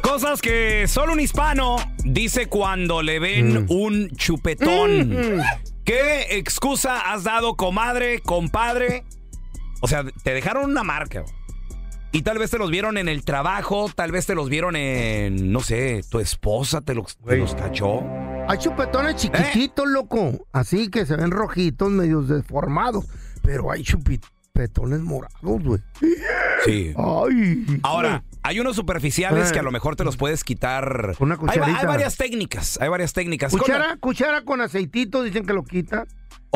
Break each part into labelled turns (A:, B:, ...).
A: Cosas que solo un hispano dice cuando le
B: Mm.
A: ven un chupetón. ¿Qué excusa has dado, comadre, compadre? O sea, te dejaron una marca. bro. Y tal vez te los vieron en el trabajo, tal vez te los vieron en, no sé, tu esposa te los, te los cachó.
B: Hay chupetones
A: Eh.
B: chiquititos, loco. Así que se ven rojitos, medios deformados. Pero hay chupetones morados, güey.
A: Sí.
B: Ah. Ay.
A: Ahora, hay unos superficiales
B: Eh.
A: que a lo mejor te los puedes quitar.
B: Una
A: Hay va- Hay,
B: cucharita.
A: varias técnicas, hay varias técnicas. Con-
B: Cuchara, cuchara con aceitito, dicen que lo quitan.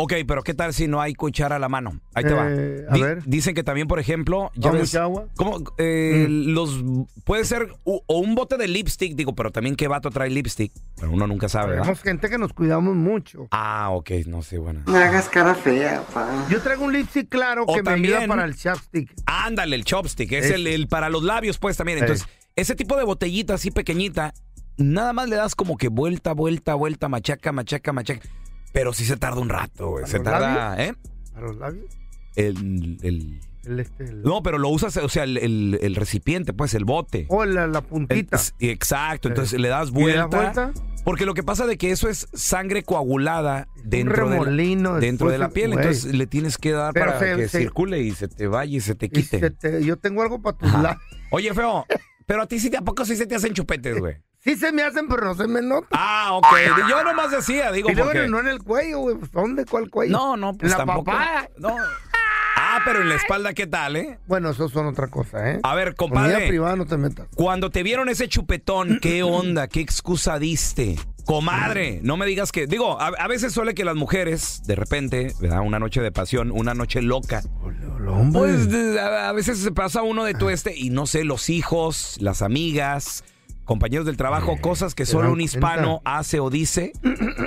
A: Ok, pero ¿qué tal si no hay cuchara a la mano? Ahí te va.
B: Eh, a ver.
A: Dicen que también, por ejemplo, ya
B: ¿Con
A: ves-
B: mucha agua? Mm.
A: ¿Cómo? Eh, Los puede ser u- o un bote de lipstick, digo, pero también qué vato trae lipstick. Pero uno nunca sabe, ¿verdad?
B: Tenemos gente que nos cuidamos mucho.
A: Ah, ok, no sé, bueno.
B: Yo traigo un lipstick claro
A: O
B: que me ayuda
A: también-
B: para el chapstick.
A: Ándale, el chopstick, es
B: Ese.
A: el, el para los labios, pues también. Entonces, ese tipo de botellita así pequeñita, nada más le das como que vuelta, vuelta, vuelta, machaca, machaca, machaca. Pero sí se tarda un rato, güey.
B: ¿Para
A: Se
B: los
A: tarda, ¿eh?
B: ¿Para los labios?
A: El, el-
B: El este, el-
A: No, pero lo usas, o sea, el, el- el recipiente, pues, el bote.
B: O Oh, la, la
A: El-
B: puntita.
A: s- exacto,
B: Eh.
A: entonces le das
B: ¿Y le
A: vuelta.
B: das vuelta?
A: Porque lo que pasa de que eso es sangre coagulada dentro, de la,
B: remolino
A: dentro
B: después
A: de la
B: se-
A: piel.
B: güey.
A: Entonces le tienes que dar
B: Pero
A: para
B: se-
A: que
B: se-
A: circule y se te vaya y se te
B: Y
A: quite.
B: se te- yo tengo algo para tus
A: Ajá.
B: labios.
A: Oye, feo, pero a ti sí te, ¿a poco sí se te hacen chupetes, güey?
B: Sí se me hacen, pero no se me nota.
A: Ah, ok. Yo nomás decía, digo,
B: Y luego
A: porque...
B: no en el cuello, güey. pues, ¿Dónde? ¿Cuál cuello?
A: No, no, pues
B: En la
A: tampoco.
B: papada.
A: No. Ah, pero en la espalda, ¿qué tal, eh?
B: Bueno, eso son otra cosa, ¿eh?
A: A ver,
B: Comida
A: compadre,
B: privada no te metas.
A: cuando te vieron ese chupetón, ¿qué onda? ¿Qué excusa diste? Comadre, no me digas que... Digo, a, a veces suele que las mujeres, de repente, ¿verdad? Una noche de pasión, una noche loca. Pues de- a, a veces se pasa uno de
B: Ah.
A: tu este y no sé, los hijos, las amigas, compañeros del trabajo, cosas que
B: se
A: solo
B: Eh, dan
A: un hispano hace o dice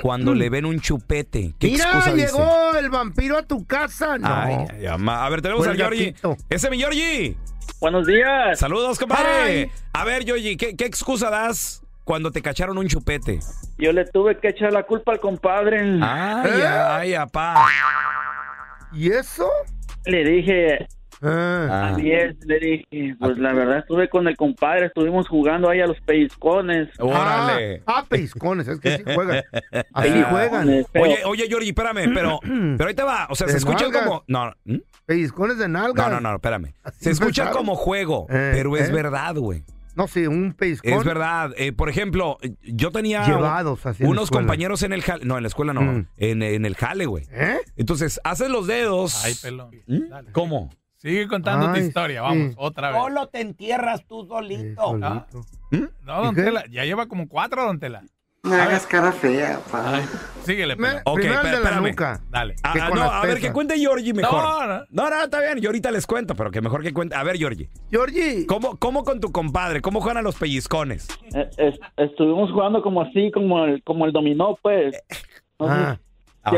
A: cuando le ven un chupete. ¿Qué
B: Mira,
A: excusa dice?
B: llegó el vampiro a tu casa. No.
A: Ay, ay, ama. A ver, tenemos
B: Fue
A: al
B: el
A: Giorgi.
B: gatito.
A: Ese mi Giorgi.
C: Buenos días.
A: Saludos, compadre.
B: Ay.
A: A ver, Giorgi, ¿qué, qué excusa das cuando te cacharon un chupete?
C: Yo le tuve que echar la culpa al compadre.
A: Ay,
B: ¿Eh?
A: ay, apá.
B: ¿Y eso?
C: Le dije,
B: Ah,
A: Ah.
C: así es, le dije, pues la verdad estuve con el compadre, estuvimos jugando ahí a los pellizcones.
A: Órale.
B: Ah, ah, pellizcones, es que sí juegan. Así juegan.
C: Pero-
A: Eh, Oye, oye, Giorgi, espérame, pero, pero ahí te va. O sea, se
B: De
A: escucha
B: nalgas.
A: como. No, ¿hmm?
B: Pellizcones de nalga.
A: No, no, no, espérame.
B: Así
A: Se escucha
B: empezaron.
A: como juego,
B: Eh,
A: pero es
B: eh.
A: verdad, güey.
B: No, sí, un pellizcón.
A: Es verdad. Eh, por ejemplo, yo tenía
B: Llevados así en la
A: unos
B: escuela.
A: compañeros en el jale. No, en la escuela no,
B: Mm.
A: en, en el jale, güey.
B: ¿Eh?
A: Entonces, haces los dedos.
D: Ay, pelón.
A: ¿Mm?
D: Dale.
A: ¿Cómo?
D: Sigue contando tu
B: Ay,
D: historia,
B: sí.
D: vamos, otra vez.
A: te entierras tú
B: Sí,
D: Ah.
B: solito.
A: ¿Mm?
D: No, don
B: ¿Y qué?
D: Tela, ya lleva como cuatro, don Tela.
E: Me hagas cara fea, pa.
D: Ay, síguele,
B: Me-
D: pelón.
A: Ok,
B: primero el de la
A: espérame.
B: nuca.
D: Dale.
A: Ah,
B: que
A: ah,
B: con
A: no,
B: las
A: a ver,
B: pesas.
A: que cuente Georgie mejor.
D: No, no.
A: no, no, está bien. Yo ahorita les cuento, pero que mejor que cuente. A ver, Georgie,
B: Georgie.
A: ¿cómo, cómo con tu compadre? ¿Cómo juegan a los pellizcones?
C: eh, es- estuvimos jugando como así, como el, como el dominó, pues. No sé
B: Ah,
C: si han
A: Ajá.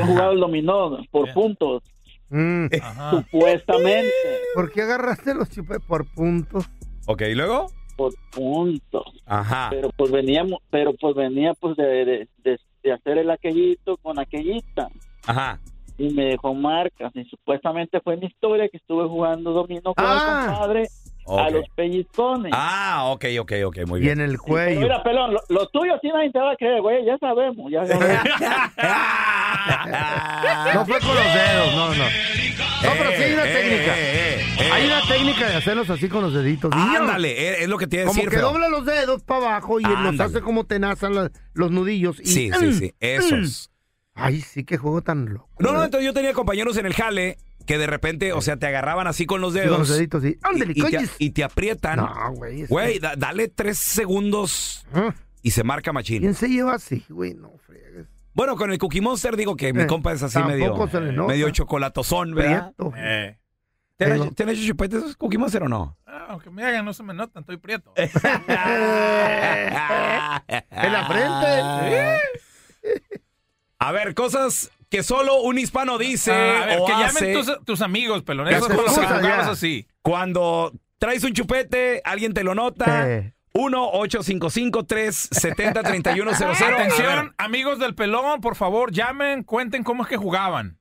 A: Ah.
C: jugado el dominó por
D: Bien.
C: puntos.
B: Mm.
C: Supuestamente.
B: ¿Por qué agarraste los chupes por puntos?
A: Ok, ¿y luego?
C: Por punto.
A: Ajá.
C: Pero pues veníamos, pero pues venía pues de, de- de- de hacer el aquellito con aquellita.
A: Ajá.
C: Y me dejó marcas. Y supuestamente fue mi historia que estuve jugando dominó con el compadre a
A: Ah. ok.
C: los pellizcones.
A: Ah, ok, ok, ok, muy bien. Y en
B: el
C: Pero mira, pelón, lo, lo tuyo sí nadie te va a creer, güey. Ya sabemos, ya sabemos.
B: No fue con los dedos, no, no. No, pero sí hay
A: Eh,
B: una técnica. Hay una técnica de hacerlos así con los deditos. Dígalo.
A: Ándale, es- es lo que te iba a
B: Como
A: decir.
B: que
A: feo.
B: dobla los dedos para abajo y los
A: Ándale.
B: hace como tenaza la- los nudillos. Y,
A: Sí, sí, sí,
B: mm,
A: esos.
B: mm. Ay, sí, qué juego tan loco.
A: No, no, entonces yo tenía compañeros en el jale que de repente, o sea, te agarraban así con los
B: Sí, con
A: dedos.
B: los deditos, sí. Ándale,
A: y, y te,
B: coyes.
A: y te aprietan.
B: No, güey. es- Ah.
A: Güey, da- dale tres segundos y se marca machín.
B: ¿Quién se lleva así, güey? No,
A: Bueno, con el Cookie Monster digo que mi
B: Eh,
A: compa es así
B: tampoco
A: medio,
B: se le nota.
A: medio chocolatosón, ¿verdad?
B: Prieto.
A: Eh. ¿Te han hecho- te han hecho chupetes esos Cookie Monster o no?
D: Ah, aunque me hagan, no se me notan, estoy prieto.
B: Eh.
A: En
D: la frente.
A: A ver, cosas que solo un hispano dice
D: Ah, a ver,
A: o
D: que llamen
A: hace.
D: tus, tus amigos, pelón.
A: ¿Qué
D: Esos son los que
A: cosa?
D: jugabas
A: Ya.
D: así.
A: Cuando traes un chupete, alguien te lo nota. 1-855-370-3100.
D: Atención, amigos del pelón, por favor, llamen, cuenten cómo es que jugaban.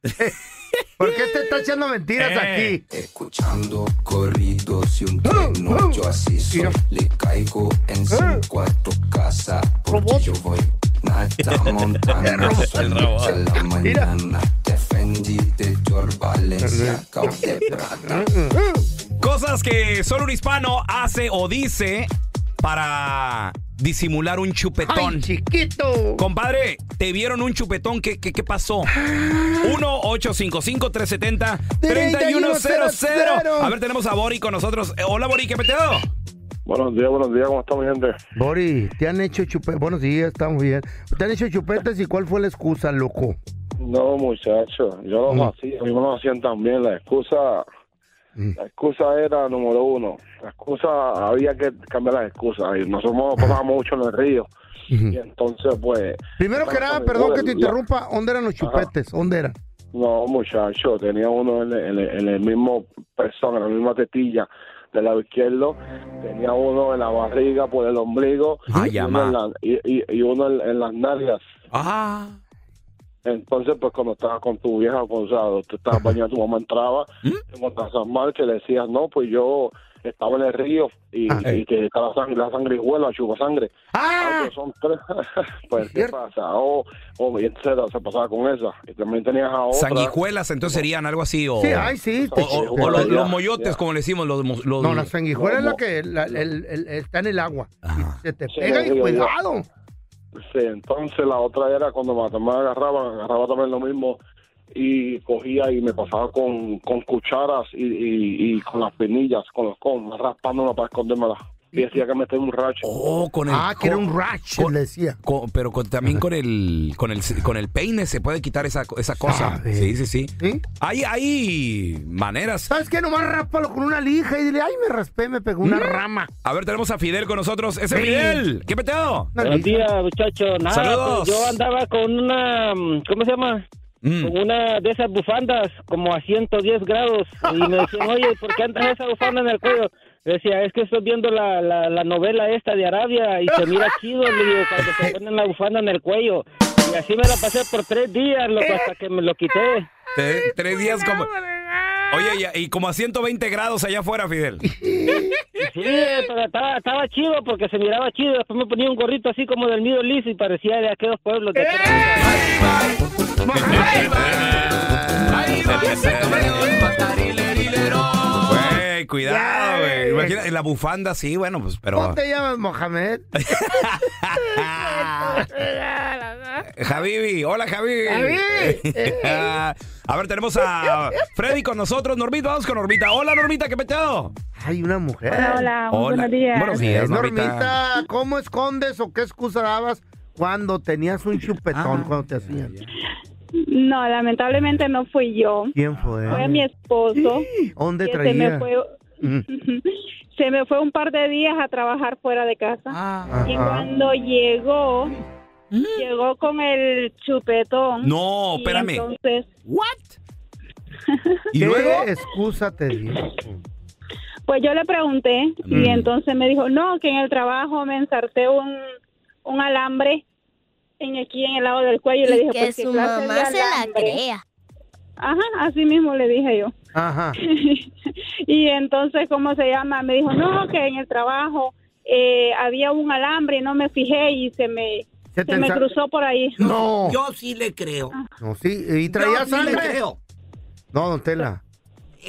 B: ¿Por qué te Este está echando mentiras
D: Eh.
B: aquí?
F: Escuchando corridos y un trueno, yo así soy. Le caigo en cinco a tu casa porque yo voy. Nata montando
G: robot,
F: soy
G: el robot.
F: de la
G: Mira.
F: mañana. Te ofendí de tu Valencia, de Prada.
A: Cosas que solo un hispano hace o dice para disimular un chupetón.
B: chiquito!
A: Compadre, te vieron un chupetón, ¿qué, qué, qué pasó? 1-855-370-3100. A ver, tenemos a Bori con nosotros. Eh, hola, Bori, ¿qué peteado?
H: Buenos días, buenos días, ¿cómo estamos, gente?
B: Bori, te han hecho chupetes. Bueno, sí, estamos bien. Te han hecho chupetes y cuál fue la excusa, loco.
H: No, muchachos, yo
B: Mm.
H: no lo hacía, a mí me lo hacían también. La excusa,
B: Mm.
H: la excusa era número uno. La excusa, había que cambiar las excusas. Y nosotros pasábamos mucho en el río. Y entonces, pues.
B: Primero que nada, perdón que te interrumpa, ¿dónde eran los chupetes? ¿Dónde eran?
H: No, muchacho, tenía uno en, el- en el- en el mismo pezón, en la misma tetilla del lado izquierdo, tenía uno en la barriga por el ombligo y, uno en, la- y- y- y uno en- en las nalgas.
A: Ah.
H: Entonces, pues cuando estabas con tu vieja, pues, o sea, tú estabas bañando, tu mamá entraba, te encontrabas mal, que le decías, no, pues yo estaba en el río y, y que está la sangre, la sanguijuela, chupa sangre. Ah, pues son tres. pues, ¿qué pasa? O, o, y etcétera, se pasaba con esa. Y también tenías a otra.
A: Sanguijuelas, entonces serían algo así. O,
H: Sí, ay, sí,
A: O,
H: te-
A: o- o los,
H: Ya,
A: los moyotes,
H: ya.
A: como le decimos. Los, mos- los-
B: No, la sanguijuela es la que la- el- el- está en el agua. Y se te
H: Sí,
B: pega
H: digo
B: y
H: yo.
B: cuidado.
H: Sí, entonces la otra era cuando me, me agarraban, agarraba también lo mismo y cogía y me pasaba con, con cucharas y, y, y con las penillas, con los con, raspándola para escondérmela. Y decía que me tenía un racho.
A: Oh, con el,
H: Ah, que era un
B: rash, le decía.
A: pero con- también con el, con, el, con el peine se puede quitar esa, esa cosa. Sí, sí, sí. Hay, hay maneras.
B: ¿Sabes qué? Nomás rápalo con una lija y dile, ay, me raspé, me pegó una rama.
A: A ver, tenemos a Fidel con nosotros. ¡Ese
B: Sí.
A: Fidel! ¿Qué peteado?
I: Buenos días, muchachos. Nada,
A: Saludos.
I: pues, yo andaba con una, mm, ¿cómo se llama? Con una de esas bufandas, como a 110 grados. Y me decían, oye, ¿por qué andas esa bufanda en el cuello? Le Decía, es que estoy viendo la, la, la novela esta de Arabia y se mira chido, le digo, cuando se ponen la bufanda en el cuello. Y así me la pasé por tres días, loco, hasta que me lo quité.
A: Eh. Te- tres días como. Oye, y, y como a 120 grados allá afuera, Fidel.
I: Sí, pero estaba, estaba chido porque se miraba chido. Después me ponía un gorrito así como del Middle East y parecía de aquellos pueblos de
A: Güey, cuidado, güey. Imagina, la bufanda, sí, bueno, pues,
B: ¿Cómo
A: pero.
B: eh. te llamas, Mohamed?
A: Javibi, hola, Javi. a ver, tenemos a Freddy con nosotros. Normita, vamos con Normita. Hola, Normita, ¿qué Oh. peteado?
B: Ay, una mujer.
A: Hola, hola, muy Hola. buenos días. Buenos días,
B: Eh,
A: Normita.
B: Normita, ¿cómo escondes o qué excusa dabas cuando tenías un chupetón,
J: Ah,
B: cuando te hacían?
K: No, lamentablemente no fui yo.
B: ¿Quién fue?
K: Fue mi esposo.
B: ¿Dónde
K: que Se
B: traía?
K: me, fue,
B: Mm.
K: se me fue un par de días a trabajar fuera de casa.
G: Ah.
K: y
A: Ajá.
K: cuando llegó,
G: Mm.
K: llegó con el chupetón.
A: No,
K: Y
A: espérame.
K: Entonces,
A: ¿What?
B: ¿Y ¿Qué excusa te dio?
K: Pues yo le pregunté y
B: Mm.
K: entonces me dijo, no, que en el trabajo me ensarté un, un alambre en aquí en el lado del cuello. Y le
G: Y
K: dije,
G: que
K: pues, ¿qué
G: su
K: clase de
G: mamá se la
K: alambre?
G: crea.
K: Ajá, así mismo le dije yo.
B: Ajá. Ah.
K: y entonces, ¿cómo se llama? Me dijo, no, que en el trabajo eh, había un alambre y no me fijé y se me,
B: Se
K: se
B: te
K: me
B: ensa-
K: cruzó por ahí.
B: No.
J: Yo sí le creo.
B: No, sí, ¿y traía
J: Yo sí
B: sangre?
J: le creo.
B: No, don Tela.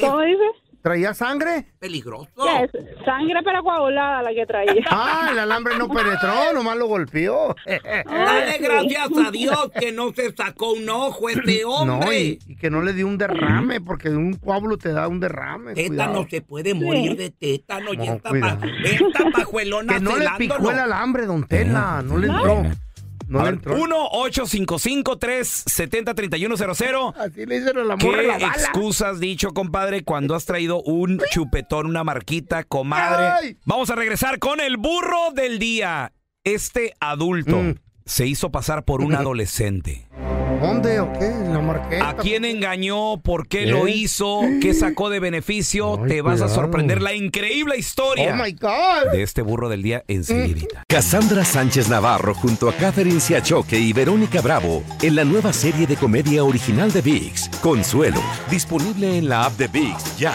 K: ¿Cómo dice?
B: ¿Traía sangre?
J: Peligroso.
K: Ya es sangre pero coagulada la que traía.
B: Ah, el alambre no penetró, nomás lo golpeó.
J: Dale gracias a Dios que no se sacó un ojo este
B: No,
J: hombre.
B: y, y que no le dio un derrame, porque un coágulo te da un derrame.
J: tétano
B: cuidado.
J: se puede morir de tétano y
B: No,
J: esta,
B: cuidado.
J: pa- esta pajuelona
B: Que no le
J: celándolo.
B: picó el alambre, don Tela. No le entró. No le entró.
A: 1-855-370-3100.
B: Así le hicieron la morra
A: ¿Qué
B: la bala.
A: excusas dicho, compadre, cuando has traído un chupetón, una marquita, comadre?
B: Ay.
A: Vamos a regresar con el burro del día. Este adulto
B: Mm.
A: se hizo pasar por un adolescente.
B: ¿Dónde o qué? ¿La marqueta?
A: ¿A quién engañó? ¿Por qué
B: ¿Eh?
A: lo hizo? ¿Qué sacó de beneficio? Te vas a
L: cuidado.
A: sorprender la increíble historia
L: Oh, my
B: God.
A: de este burro del día enseguida.
L: Mm. Cassandra Sánchez Navarro junto a Catherine Siachoque y Verónica Bravo en la nueva serie de comedia original de VIX, Consuelo, disponible en la app de VIX ya.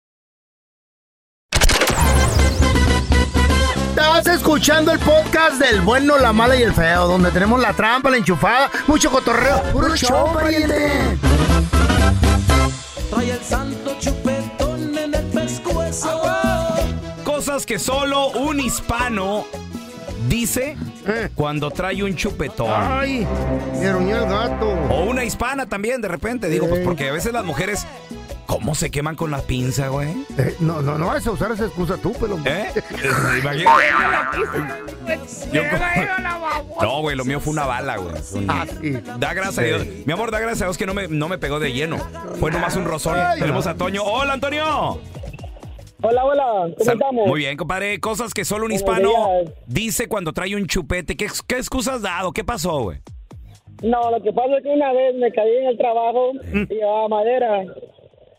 B: Estás escuchando el podcast del bueno, la mala y el feo, donde tenemos la trampa, la enchufada, mucho cotorreo. ¡Puro show, pariente!
A: Trae el santo chupetón en el pescuezo. Cosas que solo un hispano dice cuando trae un chupetón.
B: Eh. ¡Ay! Me aruñó el gato. Eh.
A: O una hispana también, de repente, digo, pues porque a veces las mujeres, ¿cómo se queman con la pinza, güey?
B: Eh, no, no, no vas a usar esa excusa tú, pero.
A: ¿Eh? Yo- No, güey, lo mío fue una bala, güey.
B: Ah,
A: Da gracias a Dios. Mi amor, da gracias a Dios que no me, no me pegó de lleno. Fue nomás un rozón. Tenemos a Toño. ¡Hola, Antonio!
M: Hola, hola, ¿cómo
A: Sal-
M: estamos?
A: Muy bien, compadre. Cosas que solo un
M: Buenos
A: hispano dice cuando trae un chupete. ¿Qué, ex- qué excusa has dado? ¿Qué pasó, güey?
M: No, lo que pasa es que una vez me caí en el trabajo
B: Mm.
M: y llevaba madera.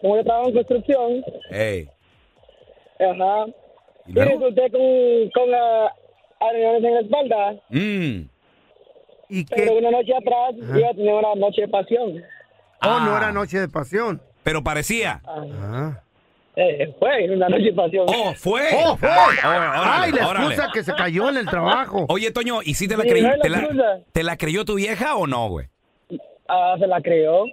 M: Como yo estaba en construcción,
A: Ey.
M: ajá. Y, resulté con, con la arañones en la espalda.
G: Mm.
B: ¿Y
M: Pero una noche atrás
B: Ajá.
M: iba a tener una noche de pasión.
B: Oh, no era noche de pasión.
A: Ah, Pero parecía.
M: Eh, Ah. fue una noche de pasión.
A: ¡Oh, fue!
B: ¡Oh, fue!
A: Ah, órale,
B: ¡Ay, la
A: órale.
B: excusa que se cayó en el trabajo!
A: Oye, Toño, ¿y si te la,
B: Sí,
A: creyó,
B: no es la
A: te, la,
B: excusa.
A: te la creyó tu vieja o no, güey?
M: Ah, se la creyó.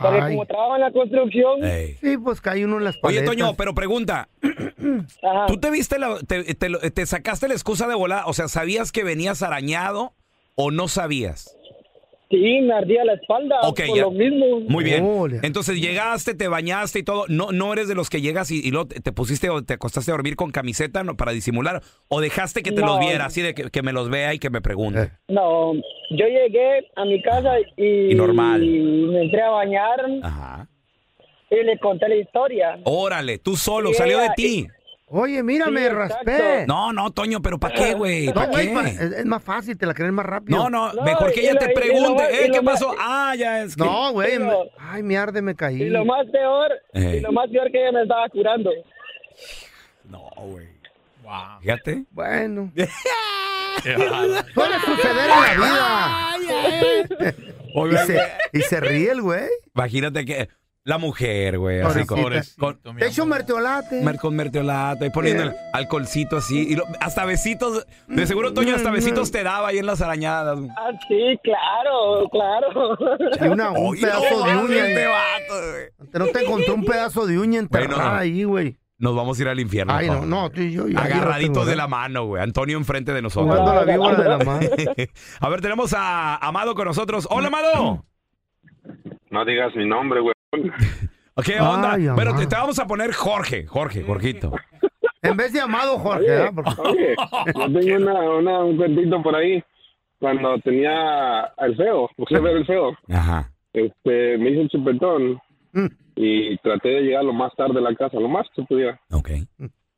M: Porque
A: Ay.
M: como trabajo en la construcción,
A: Ey.
B: Sí, pues cae uno en las
A: Oye,
B: paletas.
A: Toño, pero pregunta. ¿Tú te viste la, te, te lo- te sacaste la excusa de volar? O sea, ¿sabías que venías arañado o no sabías?
M: sí, me ardía la espalda
A: Ok,
M: por
A: ya.
M: lo mismo.
A: Muy bien. Entonces llegaste, te bañaste y todo. No, no eres de los que llegas y, y luego te, te pusiste o te acostaste a dormir con camiseta ¿no? para disimular. O dejaste que te los
M: No.
A: viera, así de que, que me los vea y que me pregunte.
B: Eh.
M: No, yo llegué a mi casa y,
A: Y normal.
M: y me entré a bañar
A: Ajá.
M: y le conté la historia.
A: Órale, tú solo,
M: Sí,
A: salió de
M: era-
A: ti.
B: Oye, mira, me raspé.
A: No, no, Toño, pero ¿para qué, güey?
B: No,
A: ¿Para
B: güey,
A: qué?
B: pa- eh, es, es más fácil, te la creen más rápido.
A: No, no, No, mejor que y ella lo- te y lo pregunte, más- "Eh, y lo ¿qué más- pasó?" Ah, ya es que-
B: No, güey,
A: Y
B: me-
A: lo-
B: ay, mi arde, me caí.
M: Y lo más peor,
A: Ey.
M: y lo más peor que ella me estaba curando.
A: Fíjate.
B: Bueno.
A: Qué bárbaro.
B: Suele suceder en la vida.
A: Oye,
B: y, se, y se ríe el güey.
A: Imagínate que La mujer, güey. Así con, con,
B: Te echo mertiolate.
A: mer- con mertiolate y poniéndole alcoholcito así. Y lo- hasta besitos. De seguro, Toño, hasta besitos te daba ahí en las arañadas.
M: Ah, sí, claro, claro.
B: Y una, un
M: Oye,
B: pedazo
A: ¡Oh,
M: no
B: Mm, de
M: mames,
B: uña.
M: este
B: Te- No te encontré un pedazo de uña enterrada
A: Bueno.
B: ahí, güey.
A: Nos vamos a ir al infierno.
B: Ay,
A: Pablo.
B: no, no, tú y yo. yo- yo no
A: Agarraditos
B: tengo-
A: de la mano, güey. Antonio enfrente de nosotros.
B: Jugando a la víbora de la mano.
A: a ver, tenemos a Amado con nosotros. Hola, Amado.
G: No digas mi nombre, güey.
A: ¿Qué onda?
G: Ay,
A: bueno, te,
G: Amado.
A: te vamos a poner Jorge, Jorge, Jorgito.
B: En vez de amado Jorge, ¿eh?
G: Oye,
B: ¿verdad? Porque-
G: oye, yo tengo una, una- un cuentito por ahí. Cuando tenía al feo, usted ver el feo,
A: Ajá.
G: este, me hice un chupetón y traté de llegar lo más tarde a la casa, lo más que pudiera.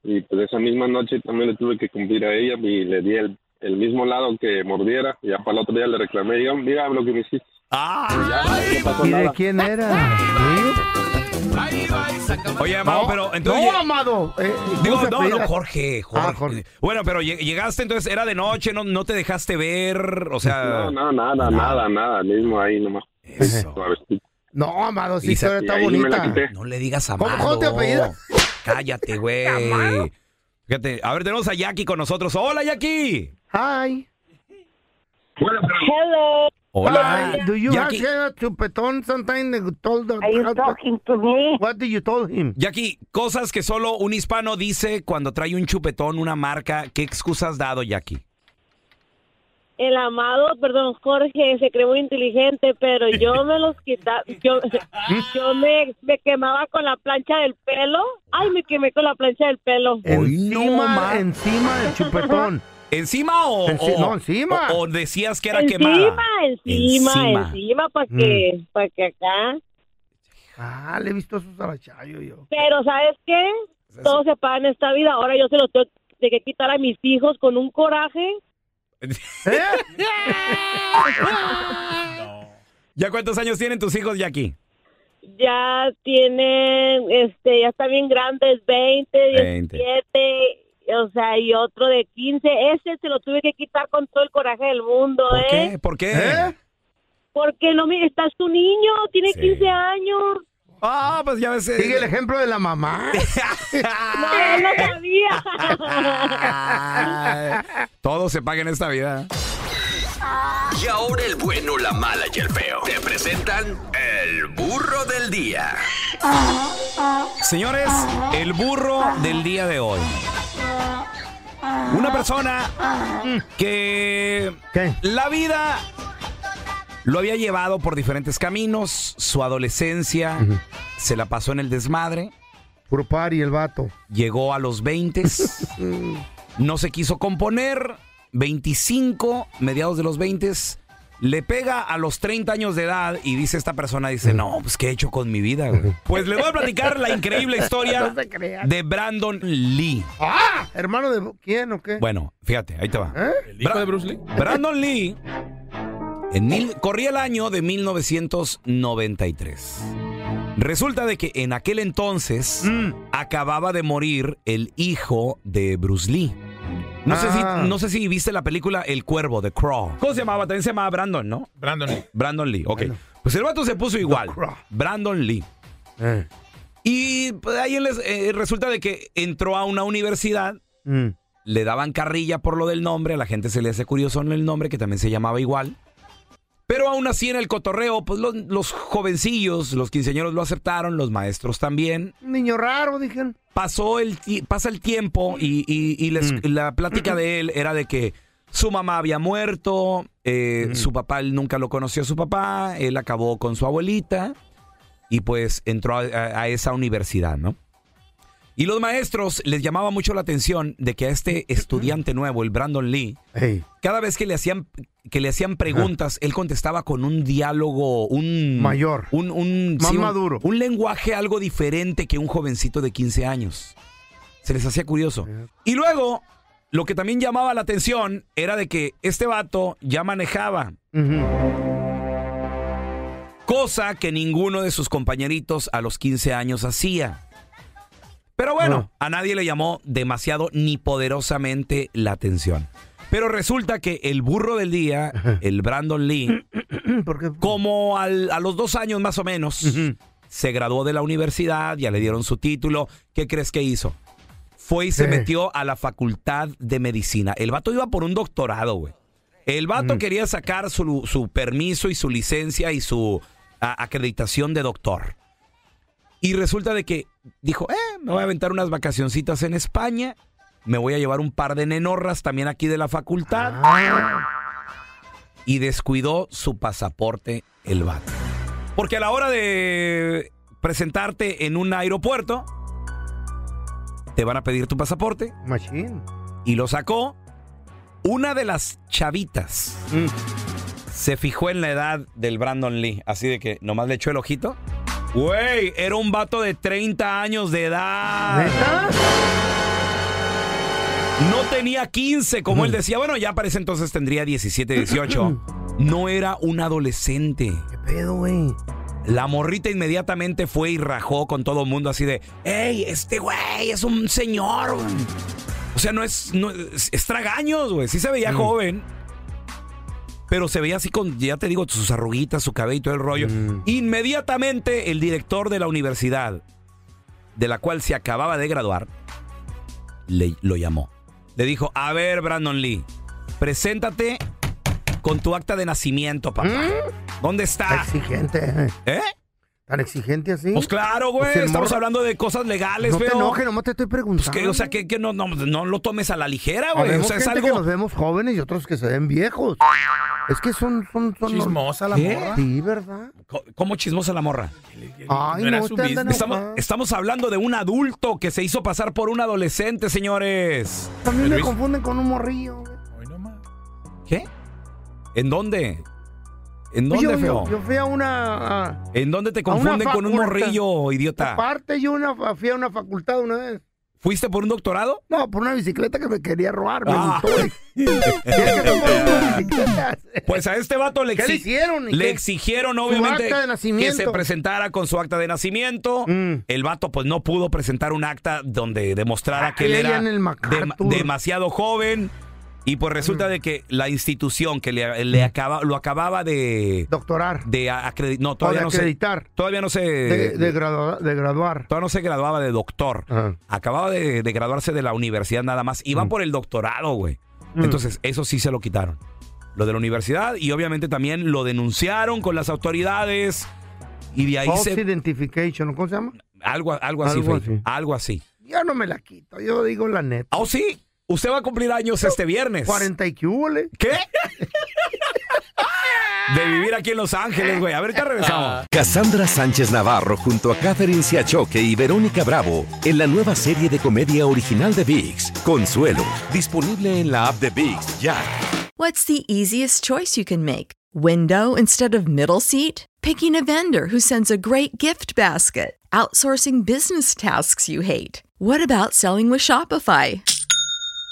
G: Y pues esa misma noche también le tuve que cumplir a ella y le di el, el mismo lado que mordiera. Y ya para el otro día le reclamé, diga, diga lo que me hiciste. Y ya, no pasó
B: ¿Y de
G: nada.
B: quién era?
A: Oye, Amado, pero entonces.
B: No, Amado. eh, ¿cómo
A: Digo,
B: se Ah,
A: no,
B: apellida?
A: no, Jorge, Jorge. Bueno, pero lleg- llegaste, entonces era de noche, no, no te dejaste ver, o sea. Ah.
G: No, no, nada, nada, nada, mismo ahí nomás.
A: Eso.
B: No, Amado, sí,
A: Y se-
B: historia está
A: y ahí me la
B: bonita.
A: quité. No le digas
B: ¿Cómo-
A: Amado.
B: cómo te apellidas?
A: Cállate, güey. Fíjate, a ver, tenemos a Jackie con nosotros. ¡Hola, Jackie!
B: Hi.
N: Hello.
A: Hola.
B: Do you have
A: Jackie.
B: a chupetón sometime they told the, Are you talking
N: to me?
B: What did you told him?
A: Jackie, cosas que solo un hispano dice cuando trae un chupetón, una marca. ¿Qué excusa has dado, Jackie?
N: El amado, perdón, Jorge, se cree muy inteligente, pero yo me los quitaba, yo, yo me, me quemaba con la plancha del pelo. Ay, me quemé con la plancha del pelo.
B: Encima, encima del chupetón.
A: ¿Encima o...?
B: Enci-
A: o-
B: no, encima.
A: O, o decías que era
N: encima,
A: quemada.
N: encima,
A: Encima. Mm.
N: encima, para que, para que acá.
B: Ah, le he visto a sus arachayo yo.
N: Pero ¿sabes qué?
A: Pues
N: Todo se paga en esta vida. Ahora yo se los tengo de que quitar a mis hijos con un coraje.
B: ¿Eh?
A: ¿Ya cuántos años tienen tus hijos, Jackie?
N: ya tienen, este, ya están bien grandes, 20,
A: 20.
N: 17, o sea, y otro de 15. Ese se lo tuve que quitar con todo el coraje del mundo, ¿eh?
A: ¿Qué? ¿Por qué?
N: Porque no, me estás tu niño, tiene 15 años.
A: Ah, pues ya ves.
B: Sigue el ejemplo de la mamá.
N: No, no sabía.
A: Todo se paga en esta vida.
O: Y ahora el bueno, la mala y el feo. Te presentan el burro del día.
A: Señores, el burro del día de hoy. Una persona que la vida lo había llevado por diferentes caminos. Su adolescencia se la pasó en el desmadre.
B: Puro y el vato.
A: Llegó a los 20. no se quiso componer. 25, mediados de los 20. Le pega a los 30 años de edad y dice esta persona, dice, no, pues ¿qué he hecho con mi vida? güey?" Pues le voy a platicar la increíble historia
B: No se crean.
A: de Brandon Lee.
B: Ah, hermano de quién o qué?
A: Bueno, fíjate, ahí te va.
B: ¿El hijo de Bruce Lee?
A: Brandon Lee en mil- corría el año de 1993. Resulta de que en aquel entonces acababa de morir el hijo de Bruce Lee. No, sé
D: Ah.
A: si, no sé si viste la película El Cuervo, The Crow. ¿Cómo se llamaba? También se llamaba Brandon, ¿no?
D: Brandon Lee.
A: Brandon Lee, ok. Pues el vato se puso igual. Brandon Lee. Eh. Y pues, ahí en les- eh, resulta de que entró a una universidad le daban carrilla por lo del nombre, a la gente se le hace curioso en el nombre, que también se llamaba igual. Pero aún así en el cotorreo, pues los, los jovencillos, los quinceañeros lo aceptaron, los maestros también.
B: Un niño raro, dijeron.
A: Pasó el, ti- pasa el tiempo y, y- y les- la plática de él era de que su mamá había muerto, eh, su papá, él nunca lo conoció a su papá, él acabó con su abuelita y pues entró a, a- a esa universidad, ¿no? Y los maestros les llamaba mucho la atención de que a este estudiante nuevo, el Brandon Lee, cada vez que le hacían que le hacían preguntas, él contestaba con un diálogo, un
B: Mayor.
A: un, un-
B: Más
A: sí, un-
B: maduro.
A: un lenguaje algo diferente que un jovencito de 15 años. Se les hacía curioso. Y luego, lo que también llamaba la atención era de que este vato ya manejaba, cosa que ninguno de sus compañeritos a los 15 años hacía. Pero bueno, a nadie le llamó demasiado ni poderosamente la atención. Pero resulta que el burro del día, el Brandon Lee, como al- a los dos años más o menos, se graduó de la universidad, ya le dieron su título. ¿Qué crees que hizo? Fue y se
D: ¿Qué?
A: metió a la facultad de medicina. El vato iba por un doctorado, güey. El vato quería sacar su, su permiso y su licencia y su a- acreditación de doctor. Y resulta de que dijo, eh, me voy a aventar unas vacacioncitas en España. Me voy a llevar un par de nenorras también aquí de la facultad. Y descuidó su pasaporte el vato. Porque a la hora de presentarte en un aeropuerto, te van a pedir tu pasaporte. Y lo sacó. Una de las chavitas se fijó en la edad del Brandon Lee. Así de que nomás le echó el ojito. Güey, era un vato de 30 años de edad. No tenía 15, como él decía. Bueno, ya parece entonces tendría 17, 18. No era un adolescente. ¿Qué
B: pedo, güey?
A: La morrita inmediatamente fue y rajó con todo el mundo así de, ¡Ey, este güey es un señor! güey". O sea, no es, no, es, es tragaños, güey. Sí se veía joven. Pero se veía así con, ya te digo, sus arruguitas, su cabello y todo el rollo. Inmediatamente el director de la universidad, de la cual se acababa de graduar, le, lo llamó. Le dijo, a ver, Brandon Lee, preséntate con tu acta de nacimiento, papá. ¿Dónde está?
B: Exigente.
A: ¿Eh?
B: ¿Tan exigente así?
A: Pues claro, güey.
B: Pues el
A: estamos
B: morro-
A: hablando de cosas legales,
B: No te
A: feo.
B: enojes, nomás te estoy preguntando.
A: Pues que, o sea, que, que no, no, no lo tomes a la ligera, güey.
B: Habemos
A: O sea, es
B: gente
A: algo...
B: que nos vemos jóvenes y otros que se ven viejos. Es que son... son, son
A: Chismosa la
B: ¿Qué?
A: morra.
B: Sí, ¿verdad?
A: Co- ¿Cómo chismosa la morra?
B: Ay, no era no, su te andan business.
A: estamos,
B: enojando.
A: estamos hablando de un adulto que se hizo pasar por un adolescente, señores.
B: También me confunden con un morrillo.
A: ¿Qué? ¿En dónde? ¿En
B: Oye,
A: dónde,
B: Pues yo,
A: feo?
B: yo fui a una... a-
A: ¿En dónde te
B: Ah, a una
A: confunden con un
B: facultad.
A: morrillo, idiota?
B: Aparte, yo una, fa- fui a una facultad una vez.
A: ¿Fuiste por un doctorado?
B: No, por una bicicleta que me quería robar. Me
A: Ah.
B: gustó.
A: Pues a este vato le,
B: ¿Qué le
A: exi-
B: hicieron? ¿Y
A: le
B: qué?
A: exigieron
B: Su
A: obviamente
B: acta de
A: que
B: nacimiento. Mm.
A: se presentara con su acta de nacimiento. El vato pues no pudo presentar un acta donde demostrara que él
B: leía
A: era
B: Ah, en el
A: dem- demasiado joven. Y pues resulta
B: Mm.
A: de que la institución que le, le acaba, lo acababa de...
B: Doctorar.
A: De acreditar. No, todavía
B: de
A: no se-
B: acreditar.
A: Todavía no se...
B: De, de gradua- de graduar.
A: Todavía no se graduaba de doctor. Acababa de, de graduarse de la universidad nada más. Iba por el doctorado, güey. Entonces, eso sí se lo quitaron. Lo de la universidad y obviamente también lo denunciaron con las autoridades. Y Oh, de ahí
B: False
A: se...
B: identification, ¿cómo se llama?
A: Algo, algo así,
B: Algo
A: Algo así. Algo así.
B: Yo no me la quito, yo digo la neta.
A: ¿Oh, sí? Usted va a cumplir años este viernes.
B: 40 y que hubole.
A: ¿Qué? De vivir aquí en Los Ángeles, güey. A ver, ya regresamos.
L: Cassandra Sánchez Navarro junto a Catherine Siachoque y Verónica Bravo en la nueva serie de comedia original de VIX, Consuelo, disponible en la app de VIX ya.
P: What's the easiest choice you can make? Window instead of middle seat? Picking a vendor who sends a great gift basket? Outsourcing business tasks you hate? What about selling with Shopify?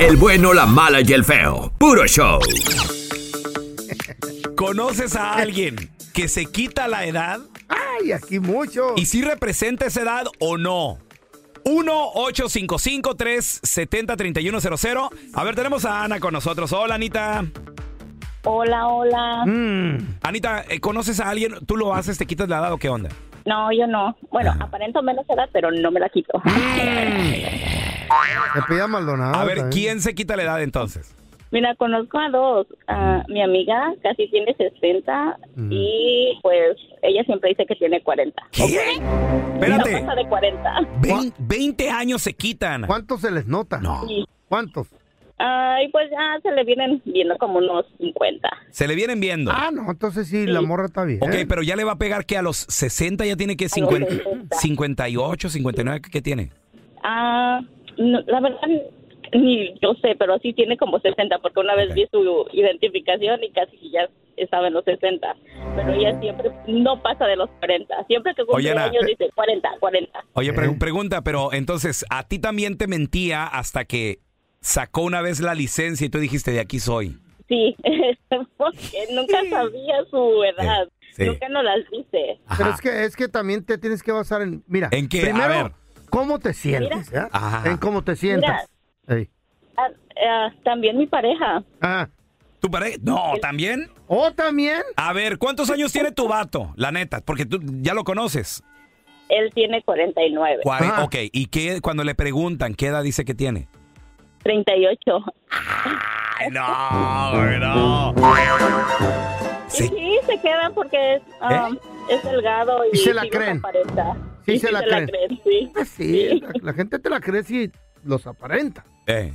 O: El bueno, la mala y el feo. Puro show.
A: ¿Conoces a alguien que se quita la edad?
B: Ay, aquí mucho.
A: ¿Y si representa esa edad o no? 1-855-370-3100. A ver, tenemos a Ana con nosotros. Hola, Anita.
Q: Hola, hola.
A: Mm.
B: Mm.
A: Anita, eh, ¿conoces a alguien? ¿Tú lo haces? ¿Te quitas la edad o qué onda?
Q: No, yo no. Bueno, aparento menos edad, pero no me la quito.
A: Mm.
B: Me pida Maldonado.
A: A ver, ¿quién se quita la edad entonces?
Q: Mira, conozco a dos. A mi amiga casi tiene 60 y pues ella siempre dice que tiene 40.
A: Espérate.
Q: No pasa de 40.
A: Vein- 20 años se quitan.
B: ¿Cuántos se les nota? No. ¿Cuántos?
Q: Ay, pues ya se le vienen viendo como unos 50.
A: Se le vienen viendo.
B: Ah, no, entonces sí, la morra está bien.
A: Ok, pero ya le va a pegar que a los 60 ya tiene que 50, 58, 59, ¿qué- ¿qué tiene?
Q: Ah, no, la verdad ni yo sé, pero sí tiene como 60 porque una vez vi su identificación y casi ya estaba en los 60, pero ella siempre no pasa de los 40, siempre que cumple
A: Ah. Oye, Ana. eh,
Q: años dice 40, 40.
A: Oye, pre- pregunta, pero entonces, ¿a ti también te mentía hasta que sacó una vez la licencia y tú dijiste, de aquí soy?
Q: Sí, porque nunca sabía su edad,
A: Sí.
Q: nunca nos las dice.
B: Pero es que, es que también te tienes que basar en. Mira. ¿En
A: qué? A
B: Primero,
A: ver.
B: ¿cómo te sientes?
Q: Mira.
B: eh? En cómo te sientas. Ey.
Q: Ah, ah, también mi pareja,
B: Ah. Eh,
A: ¿Tu pareja? No, ¿también?
B: ¿O también?
A: A ver, ¿cuántos años tiene tu vato? La neta, porque tú ya lo conoces.
Q: él tiene 49,
A: Cuare- Ok, ¿y qué, cuando le preguntan qué edad dice que tiene?
Q: 38.
A: Ay, no, güey, no.
Q: Y sí, se quedan porque es, ah, es delgado y,
B: ¿Eh? Y se la
Q: sí nos
B: creen.
Q: aparenta.
B: Sí,
Q: Y
B: se la creen.
Q: sí.
B: Pues sí, la, la gente te la cree si los aparenta.
A: Eh.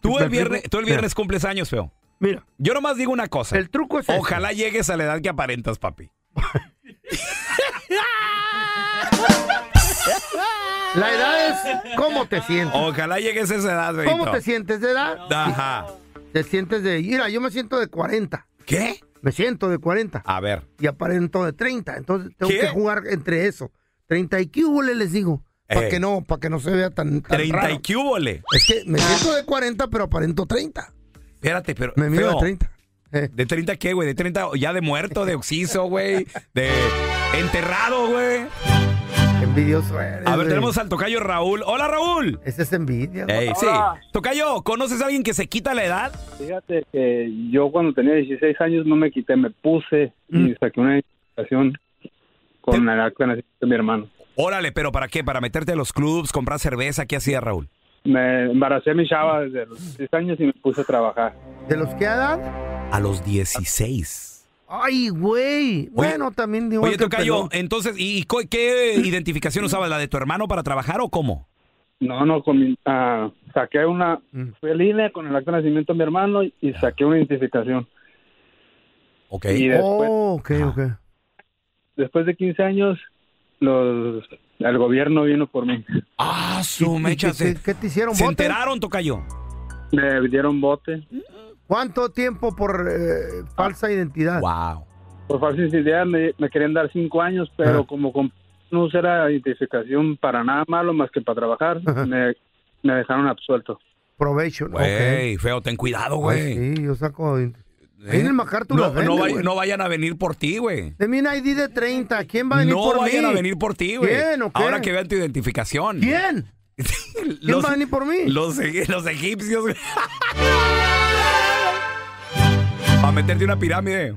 A: Tú
B: ¿Me
A: el viernes,
B: explico?
A: tú el viernes cumples años, feo.
B: Mira.
A: Yo nomás digo una cosa. El
B: truco es este.
A: Ojalá llegues a la edad que aparentas, papi.
B: La edad es cómo te sientes.
A: Ojalá llegues a esa edad, Beto.
B: ¿Cómo te sientes de edad?
A: Ajá.
B: Te sientes de. Mira, yo me siento de 40.
A: ¿Qué?
B: Me siento de 40.
A: A ver.
B: Y aparento de 30. Entonces tengo
A: ¿Qué?
B: que jugar entre eso. 30 y qué huele, les digo. Para
A: Ey.
B: que no, para que no se vea tan. tan
A: 30 y
B: raro.
A: qué húbole.
B: Es que me siento de 40, pero aparento 30.
A: Espérate, pero.
B: Me miro de Eh.
A: feo.
B: 30.
A: ¿De 30 qué, güey? ¿De 30 ya de muerto, de oxiso, güey? ¿De enterrado, güey?
B: Envidioso eres.
A: A ver,
B: güey.
A: tenemos al tocayo Raúl. ¡Hola, Raúl!
B: Ese es envidia.
A: Ey, sí.
R: Hola.
A: Tocayo, ¿conoces a alguien que se quita la edad?
R: Fíjate que yo cuando tenía 16 años no me quité, me puse y
B: Mm.
R: saqué una identificación con la edad que nací de mi hermano.
A: Órale, ¿pero para qué? ¿Para meterte a los clubs, comprar cerveza? ¿Qué hacía Raúl?
R: Me embaracé a mi chava desde los 10 años y me puse a trabajar.
B: ¿De los qué edad?
A: A los 16.
B: Ay, güey. Bueno, también digo.
A: Oye, Tocayo, entonces, ¿y co- qué identificación usabas? ¿La de tu hermano para trabajar o cómo?
R: No, no, con mi- ah, saqué una,
B: Mm.
R: fui al INE con el acto de nacimiento de mi hermano y saqué una identificación.
A: Ok.
R: Y después,
B: Oh, ok, ok.
R: después de 15 años, los, el gobierno vino por mí.
A: Ah, su mecha.
R: qué-
A: se-
B: ¿Qué te hicieron?
A: ¿Se
B: bote?
A: enteraron, Tocayo?
R: Me dieron bote.
B: ¿Cuánto tiempo por eh, falsa identidad?
A: Wow.
R: Por falsas ideas me, me querían dar cinco años, pero
B: Ah.
R: como comp- no usé la identificación para nada malo más que para trabajar, me, me dejaron absuelto.
B: Probation. ok.
A: Güey, feo, ten cuidado, güey.
B: Ay, sí, yo saco. Ahí
A: ¿Eh?
B: en el MacArthur
A: no,
B: la venden,
A: no, vay-
B: güey.
A: no vayan a venir por ti, güey.
B: De mi ID de 30. ¿Quién va a venir
A: No
B: por mí?
A: vayan a venir por ti, güey.
B: ¿Quién o qué?
A: Ahora que vean tu identificación.
B: ¿Quién?
A: ¿Quién
B: va a venir por mí?
A: Los, e- los egipcios, güey. Para meterte una pirámide.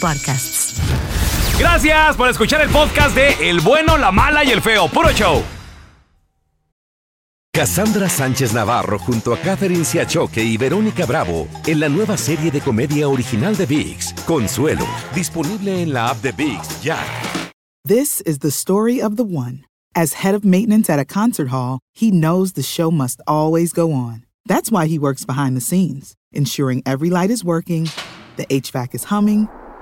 S: podcasts.
A: Gracias por escuchar el podcast de El bueno, la mala y el feo. Puro show.
L: Cassandra Sánchez Navarro junto a Catherine Siachoque y Verónica Bravo en la nueva serie de comedia original de VIX, Consuelo, disponible en la app de VIX ya.
T: This is the story of the one. As head of maintenance at a concert hall, he knows the show must always go on. That's why he works behind the scenes, ensuring every light is working, the HVAC is humming,